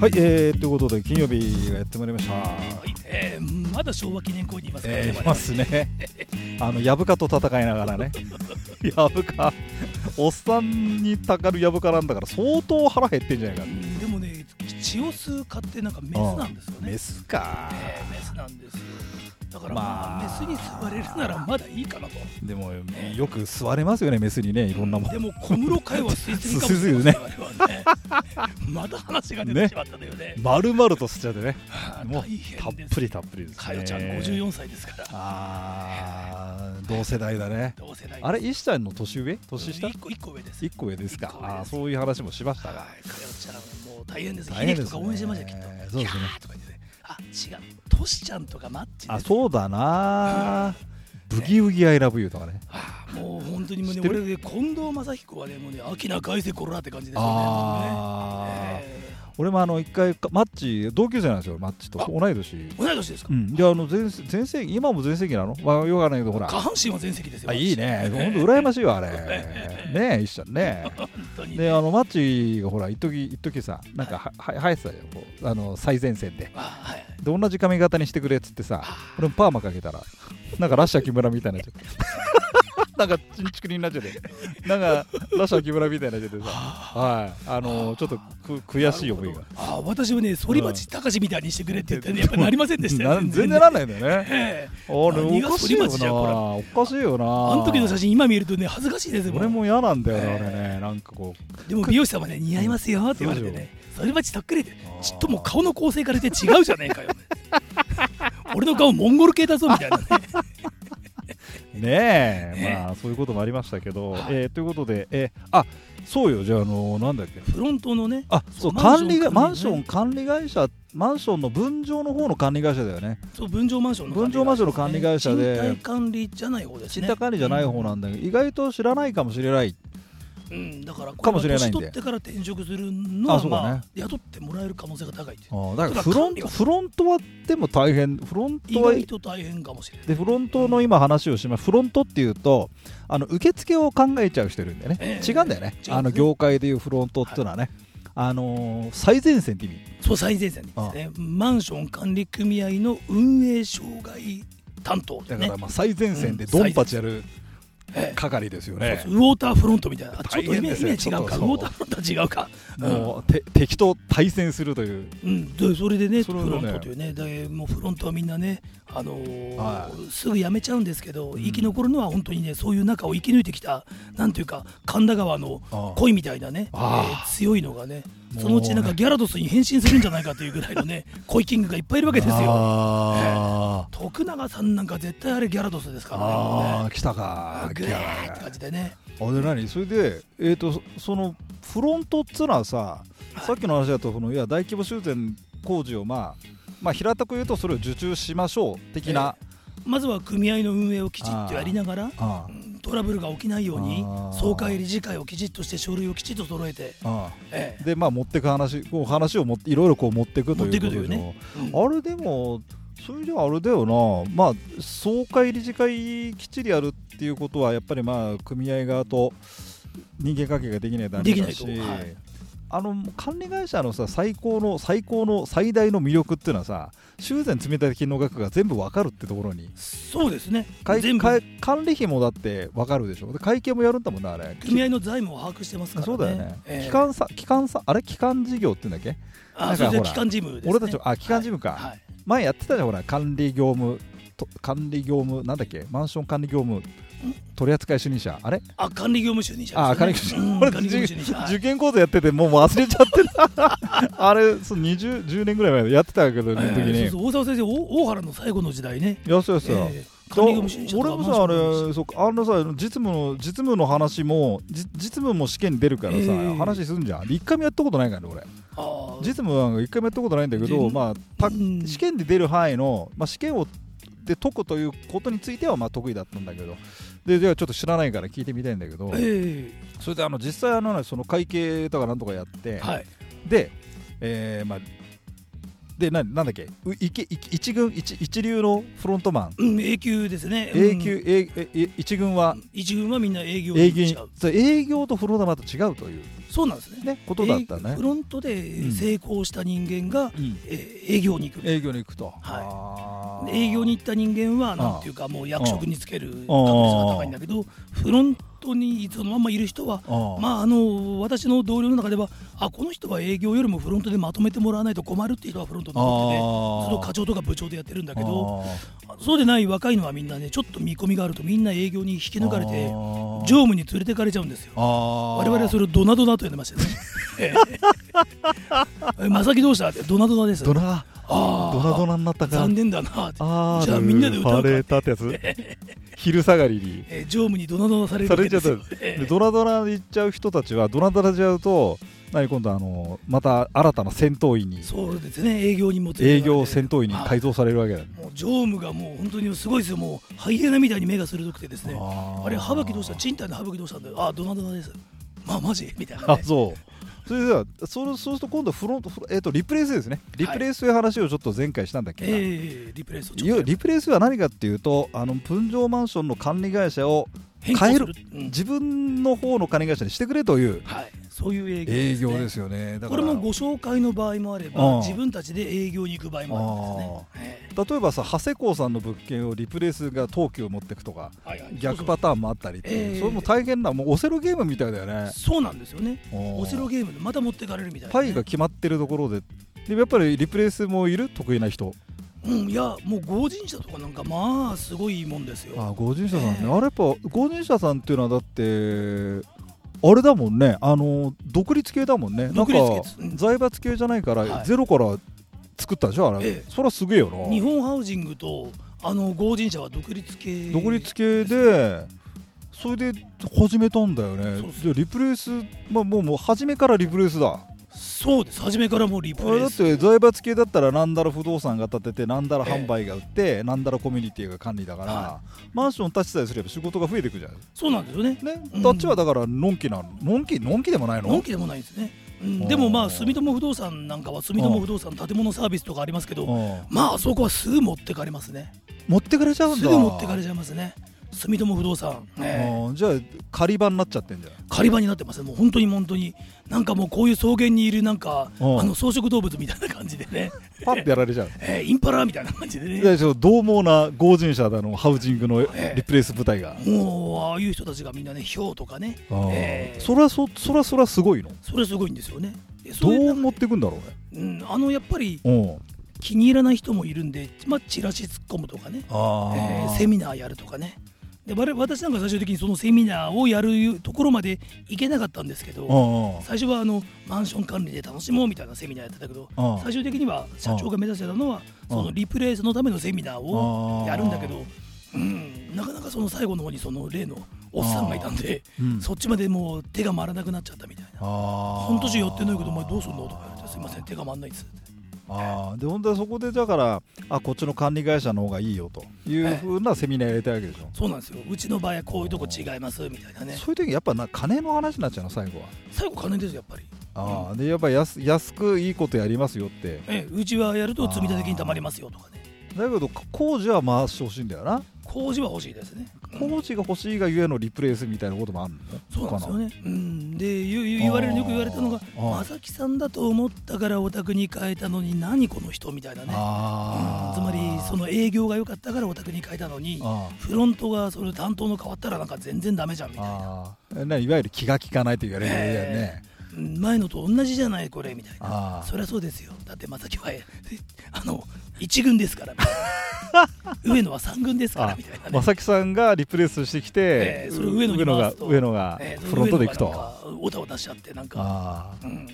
はい、えー、ということで金曜日がやってまいりました。はい、えー、まだ昭和記念公園にいますからね、えー、い我々ますね。 あの藪かと戦いながら ね。藪か、おっさんにたかる藪かなんだから相当腹減ってんじゃないかう。んでもね血を吸う蚊ってなんかメスなんですよねメスか。えーメスなんですよだから、ままああ、メスに吸われるならまだいいかなとでもよく吸われますよねメスにねいろんなもん。でも小室会は吸 いすぎかもしれません我々はね まだ話が出てしまったんだよね丸々と吸っちゃってね。あーもう大変たっですぷりたっぷりですね。かよちゃん54歳ですからあー同世代だね。同世代あれ石ちゃんの年上？年下？一個一個上です一個上ですか一。個上ですあーそういう話もしましたがは。い、かよちゃんもう大変です。大大変変ででねすす、とか応援してましたよきっと。そうですねいやーとか言ってね。あ、違う。トシちゃんとかマッチです。あそうだ なブギウギアイラブユーとかねあもう本当にもう知ねっ、てる俺で近藤正彦はね、もうね、秋な返せコロラって感じですよね。もうあーねえ俺もあの一回かマッチ同級生なんですよマッチとあ同い年ー同い年ですかう。んであの全全盛期今も全盛期なのまあよくわからないけどほら下半身は全席ですよ。あいいねほんと羨ましい わあれねえ一緒にね私。本当に。であのマッチがほら一時一時さなんかはは生えてたよこうあの最前線であはい。で同じ髪型にしてくれっつってさ俺もパーマかけたらなんかラッシャー木村みたい になっちゃってなんかチンチクリになっちゃってなんかラッシャー木村みたいになっちゃってさはいあのーちょっとく悔しい思いがあー私もね、反町隆史みたいにしてくれって言ってね、やっぱなりませんでしたなよ。全然なんないんだよねええあれお何がかしいよ反町じゃなんこれおかしいよなあの時の写真、今見るとね、恥ずかしいですよ。俺も嫌なんだよねえあえれねなんかこうでも美容師さんはね似合いますよって言われてそうでねそれはちそっくりであーちょっともう顔の構成から言って違うじゃねえかよ俺の顔モンゴル系だぞみた いなねねえねまあそういうこともありましたけどはいえーということでえーあそうよじゃああのーなんだっけフロントのねあそうマン管ション理がマ管ン理ション管理会社マンションの分譲の方の管理会社だよねそう分譲マンションの管理分譲マンションの管理会社で賃貸管理じゃない方です知ねった管理じゃない方なんだけど、意外と知らないかもしれないうん、うんだからかもしれないんでこは年取ってから転職するのあはそうだねまあ雇ってもらえる可能性が高いっていうああだからそうフだロ管ン理トはフロントはでも大変フロン意トは外と大変かもしれないでフロントの今話をしますフロントっていうとあの受付を考えちゃう人いるんだよね、ええ違うんだよね違うんですねあの業界でいうフロントっていうのはね、あのー最前線って意味そう最前線にですねマンション管理組合の運営障害担当ですだねからまあ最前線でドンパチやるええ係ですよそうねそう、ウォーターフロントみたいな、あちょっと大変イメですよージ違うか、ちウょっとそうォーターフロントは違うか、もうて敵と対戦するといううん、でそれでね、そフれロはねントというね、でもうフロントはみんなね、あのーはすぐ辞めちゃうんですけど、ん生き残るのは本当にね、そういう中を生き抜いてきた、なんていうか、神田川のああ恋みたいなね、えああー強いのがね、もうそのうちなんかギャラドスに変身するんじゃないかというぐらい のね、恋キングがいっぱいいるわけですよ。あー徳永さんなんか絶対あれギャラドスですからねあもうーね。来たかグエーって感じでね。あで何それで、えー、とそそのフロントっつうのはさ、さっきの話だとそのいや大規模修繕工事を、まあ、まあ平たく言うとそれを受注しましょう的な、まずは組合の運営をきちっとやりながら、あトラブルが起きないようにあー総会理事会をきちっとして書類をきちっと揃えて、ああえあでまあ持ってく話こう話を持っていろいろこう持っていくということ持っていでくしとょいうねえうんあれでもそれじゃあれだよな、まあ、総会理事会きっちりやるっていうことはやっぱりまあ組合側と人間関係ができないとダメだし、できないとはいあの管理会社のさ最高の最高の最大の魅力っていうのはさ修繕積立金の額が全部わかるってところにそうですね会全部会管理費もだってわかるでしょで会計もやるんだもんなあれ組合の財務を把握してますからねそうだよね、ええ機関さ機関さあれ機関事業って言うんだっけ、あなんそかれでほら機関事務です、ね、俺たちあ機関事務か、はいはい前やってたじゃんほら管理業務と管理業務なんだっけマンション管理業務取扱主任者あれあ管理業務主任者ですね、あ管理業務主任うん俺管理業務主任者、はい受験講座やっててもう忘れちゃってた あれそう20 10年ぐらい前やってたけどの時に、ええそうそう大沢先生お大原の最後の時代ね、よしよしよし、ええ管理業務主任者とか俺もさあマンション管理れそうあのさ実務の実務の話もじ実務も試験に出るからさ、ええ話すんじゃん一回もやったことないからね俺あ実務は一回もやったことないんだけど、でまあ、たうん試験で出る範囲の、まあ、試験をで解くということについてはまあ得意だったんだけどでじゃあちょっと知らないから聞いてみたいんだけど、えそれであの実際あの、ね、その会計とかなんとかやって、えはいで、えーまあ、でななんだっけういけい一軍一一流のフロントマンうん、永久ですね。うん A 級、A ええ一軍は一軍はみんな営業に営行っちゃ業う。そう営業とフロントマンと違うという、そうなんですね。ね、ことだったねフ。ロントで成功した人間が、うんえー営業に行く。営業に行くと、あー営業に行った人間はんなんていうかもう役職につける確率が高いんだけどフロントにそのままいる人はあーまああの私の同僚の中ではあこの人は営業よりもフロントでまとめてもらわないと困るっていう人はフロントに残っててあーずっと課長とか部長でやってるんだけどあーそうでない若いのはみんなねちょっと見込みがあるとみんな営業に引き抜かれてあー常務に連れてかれちゃうんですよ。ああ我々はそれをドナドナと呼んでました ね。ええ正木どうしたってドナドナです。ドナあードナドナになったか残念だなって。あーじゃあみんなで歌うかルーパレータってやつ昼下がりにえー、常務にドナドナされるさわけれちゃでったすよんですえでードラドラで行っちゃう人たちはドラドラじゃうと何今度あのまた新たな戦闘員にそうですね営業にも営業戦闘員にはい改造されるわけだねもう常務がもう本当にすごいですよもうハイエナみたいに目が鋭くてですねああーれ歯茎どうした賃貸の歯茎どうしたんだよあドナドナですまあマジみたいな、あね、そうそれではそうそうすると今度フロントフロえっとリプレイスですねリプレイスという話をちょっと前回したんだっけえどー、リプレイスをちいやょっとリプレイスは何かっていうとあの分譲マンションの管理会社を変更するうん自分の方の管理会社にしてくれというはいそういう営業です,、ね、営業ですよねだかこられもご紹介の場合もあれうんば自分たちで営業に行く場合もあるんですね、え例えばさ長谷工さんの物件をリプレイスが登記を持っていくとかーはいはい逆パターンもあったりっていうええそれも大変なもうオセロゲームみたいだよねそうなんですよねおーオセロゲームでまた持ってかれるみたいな、ね、パイが決まってるところででやっぱりリプレイスもいる得意な人うん、いやもう合人者とかなんかまあすごいもんですよあ合人者さんね、ええあれやっぱ合人者さんっていうのはだってあれだもんねあの独立系だもんねなん独か立系ですうん財閥系じゃないから、はいゼロから作ったでしょあれ、ええそりゃすげえよな日本ハウジングとあの合人者は独立系独立系でそれで始めたんだよそうねそうじゃあリプレイス、まあ、もうもう初めからリプレイスだそうです初めからもうリプあれレだイっスて財閥系だったらなんだら不動産が建ててなんだら販売が売ってなんだらコミュニティが管理だから、はマンション建ちさえすれば仕事が増えていくじゃないそうなんですよねね、うんどっちはだからのんきなのんきのんきでもないののんきでもないですね、うん、おーでもまあ住友不動産なんかは住友不動産建物サービスとかありますけうんどまああそこはすぐ持ってかれますね持ってかれちゃうんだすぐ持ってかれちゃいますね住友不動産、ね、うんじゃあ仮り場になっちゃってんじゃん狩り場になってますねもう本当に本当になんかもうこういう草原にいるなんかあうんの草食動物みたいな感じでねパッてやられちゃう えーインパラみたいな感じでいね、やそう獰猛な合人者だのハウジングのえリプレイス部隊が、もうああいう人たちがみんなね、ひょうとかね、あーえーそれはそそれはそれはすごいのそれすごいんですよね。でそどれうなん持ってくんだろうねうん、あのやっぱりうん気に入らない人もいるんで、まあ、チラシ突っ込むとかね、あえーセミナーやるとかね。で我々私なんか最終的にそのセミナーをやるところまで行けなかったんですけど、うんうん最初はあのマンション管理で楽しもうみたいなセミナーやってたけど、うん最終的には社長が目指してたのは、うんそのリプレイスのためのセミナーあをーやるんだけど、うん、なかなかその最後の方にその例のおっさんがいたんで、うんそっちまでもう手が回らなくなっちゃったみたいな。あ半年やってないけどお前どうすんのとか言われてすいません手が回んないっつってあーで本当はそこでだからあこっちの管理会社の方がいいよというふうなセミナーやりたいわけでしょ、そうなんですようちの場合はこういうとこ違いますみたいなねそういう時やっぱな金の話になっちゃうの最後は最後金ですよやっぱりああでやっぱ安安くいいことやりますよってええうちはやると積み立て金貯まりますよとかねだけど工事は回してほしいんだよな工事は欲しいですね、うん工事が欲しいがゆえのリプレイスみたいなこともあるのそうなんですよね、うん、でゆゆあー言われるよく言われたのがあー正木さんだと思ったからお宅に変えたのに何この人みたいなねあうんつまりその営業が良かったからお宅に変えたのにあフロントがその担当の変わったらなんか全然ダメじゃんみたいなああなにいわゆる気が利かないと言われるやつだよね、うん前のと同じじゃないこれみたいあーなそりゃそうですよだって正木はえ あの一軍です からみたいな上野は三軍ですからみたいなあね正木さんがリプレイスしてきて、ええそれ上野に回がすと上野がえーフロントで行くと、上野がなんかおたおたしちゃってなんかああうん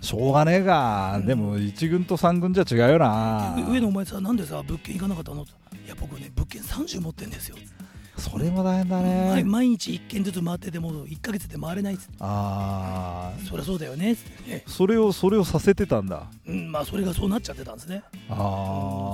しょうがねえが、うんでも1軍と3軍じゃ違うよな上野お前さなんでさ物件行かなかったのいや僕ね物件30持ってんですよそれも大変だね、毎毎日一件ずつ回ってても1ヶ月で回れないっつってああそりゃそうだよねっつってねそれをそれをさせてたんだうんまあそれがそうなっちゃってたんですねあ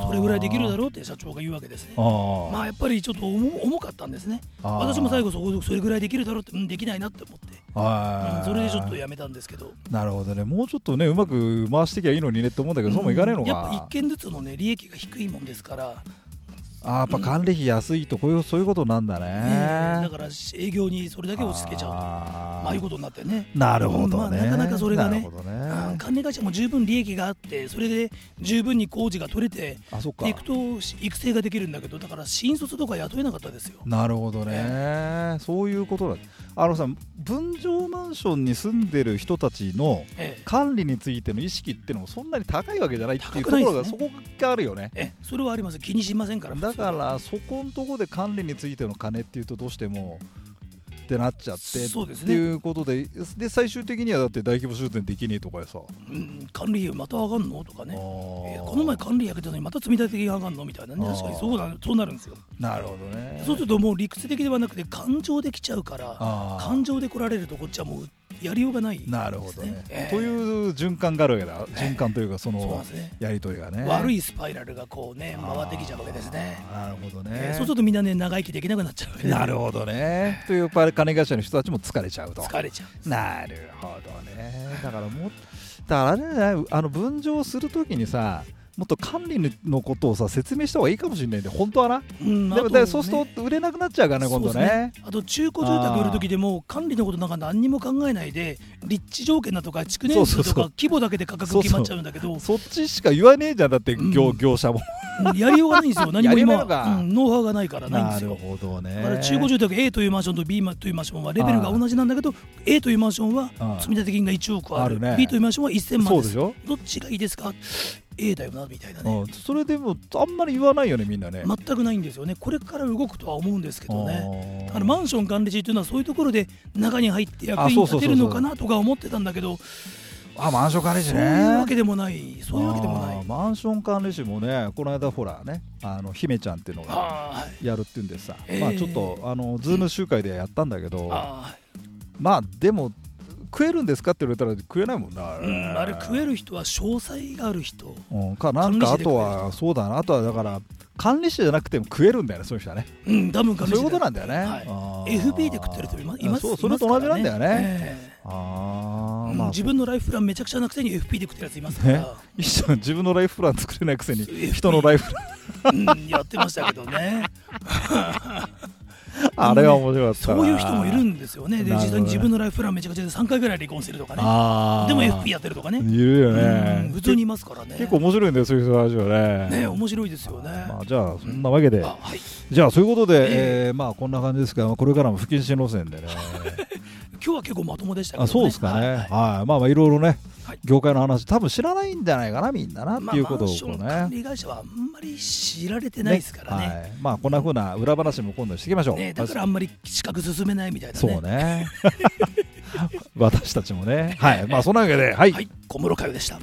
あそれぐらいできるだろろうって社長が言うわけですねあー、まあやっぱりちょっと重重かったんですねあー私も最後そこそれぐらいできるだろうって、うん、できないなって思って、あうんーそれでちょっとやめたんですけどなるほどねもうちょっとねうまく回してきゃいいのにねって思うんだけど、そうもいかねえのかやっぱ一件ずつのね利益が低いもんですから、あーやっぱ管理費安いとこういうそういうことなんだね、ねだから営業にそれだけ押し付けちゃうとあーまあいうことになってねなるほどね、まあなかなかそれがねなるほどねうん管理会社も十分利益があってそれで十分に工事が取れてあそっかでいくとし育成ができるんだけどだから新卒とか雇えなかったですよなるほどね、そういうことだあのさ分譲マンションに住んでる人たちのええ管理についての意識ってのもそんなに高いわけじゃないっていうところが、高くないですそこがあるよねええそれはあります気にしませんからだか普通はらそこのとこで管理についての金っていうとどうしてもってなっちゃってそうですねっていうことでで最終的にはだって大規模修繕できねえとかでさ、うん管理費また上がんのとかあねーえこの前管理やけたのにまた積み立て金が上がんのみたいなねあー確かにそうなそうなるんですよなるほどねそうするともう理屈的ではなくて感情で来ちゃうからあー感情で来られるとこっちはもうやりようがないですねなるほどね、ええという循環があるわけだ循環というかそそうなんのですねやり取りがね悪いいスパイラルがこうね回ってきちゃうわけですねなるほどね、えーそうするとみんなね長生きできなくなっちゃうわけでなるほどねというやっぱり金会社の人たちも疲れちゃうと疲れちゃうなるほどね。だからもうだからあれじゃないあの分譲するときにさ、もっと管理のことをさ説明した方がいいかもしれないんで、本当はな。うんであともだからそうすると売れなくなっちゃうからね、今そ度うですね。あと中古住宅売る時でも管理のことなんか何にも考えないで立地条件だとか築年数そうそとうそうか規模だけで価格決まっちゃうんだけどそっちしか言わねえじゃんだってうん業,、業者も。うんやりようがないんですよ何も やりようがな今いのかうんノウハウがないからないんですよほどねだから中古住宅 A というマンションと B というマンションはレベルが同じなんだけど A というマンションはああ積立金が1億あるあるね B というマンションは1000万そうでですしょ。どっちがいいですか A だよなみたいなねうん、それでもあんまり言わないよねみんなね。全くないんですよねこれから動くとは思うんですけどねねあのマンション管理士というのはそういうところで中に入って役あにそうそ立うそうそうてるのかなとか思ってたんだけどあマンション管理士そうね。いうわけでもないそういうわけでもなあーいマンション管理士もねこの間ほらねあの姫ちゃんっていうのがあーやるっていうんでさ、えーまあちょっとあのズーム集会でやったんだけど、あまあでも食えるんですかって言われたら食えないもんな、ー、うん、あれ食える人は詳細がある人うんかなんかあとはそうだなあとはだから管理士じゃなくても食えるんだよねそういう人はねうんダムそ管う理士いうことなんだよね、はいあー FB で食ってる人いまいますそうそれと同じなんだよね、いますからええあうあんまあ、自分のライフプランめちゃくちゃなくせに FP で食ってるやついますから、一緒に自分のライフプラン作れないくせに人のライフプランうん、やってましたけど ねあれは面白かったなそういう人もいるんですよねでなる実ほどね際に自分のライフプランめちゃくちゃで3回ぐらい離婚してるとかねあーでも FP やってるとかねいるようんね普通にいますからね結構面白いんだよそういう人たちはねね面白いですよね、まあ、じゃあそんなわけで、あはいじゃあそういうことえで、えーまあこんな感じですが、まあこれからも不謹慎路線 でね。今日は結構まともでしたけど、あね、そうですかね。ははいい、はいまあまあいろいろね、はい業界の話多分知らないんじゃないかなみんなな、まっあていうことをマンショこンう管ね。理会社はあんまり知られてないですからねね,、はい。まあこんな風な裏話も今度していきましょう。だからあんまり資格進めないみたいなねそうね。 私たちもね。はい。まあそんなわけで、はいはい小室佳代でした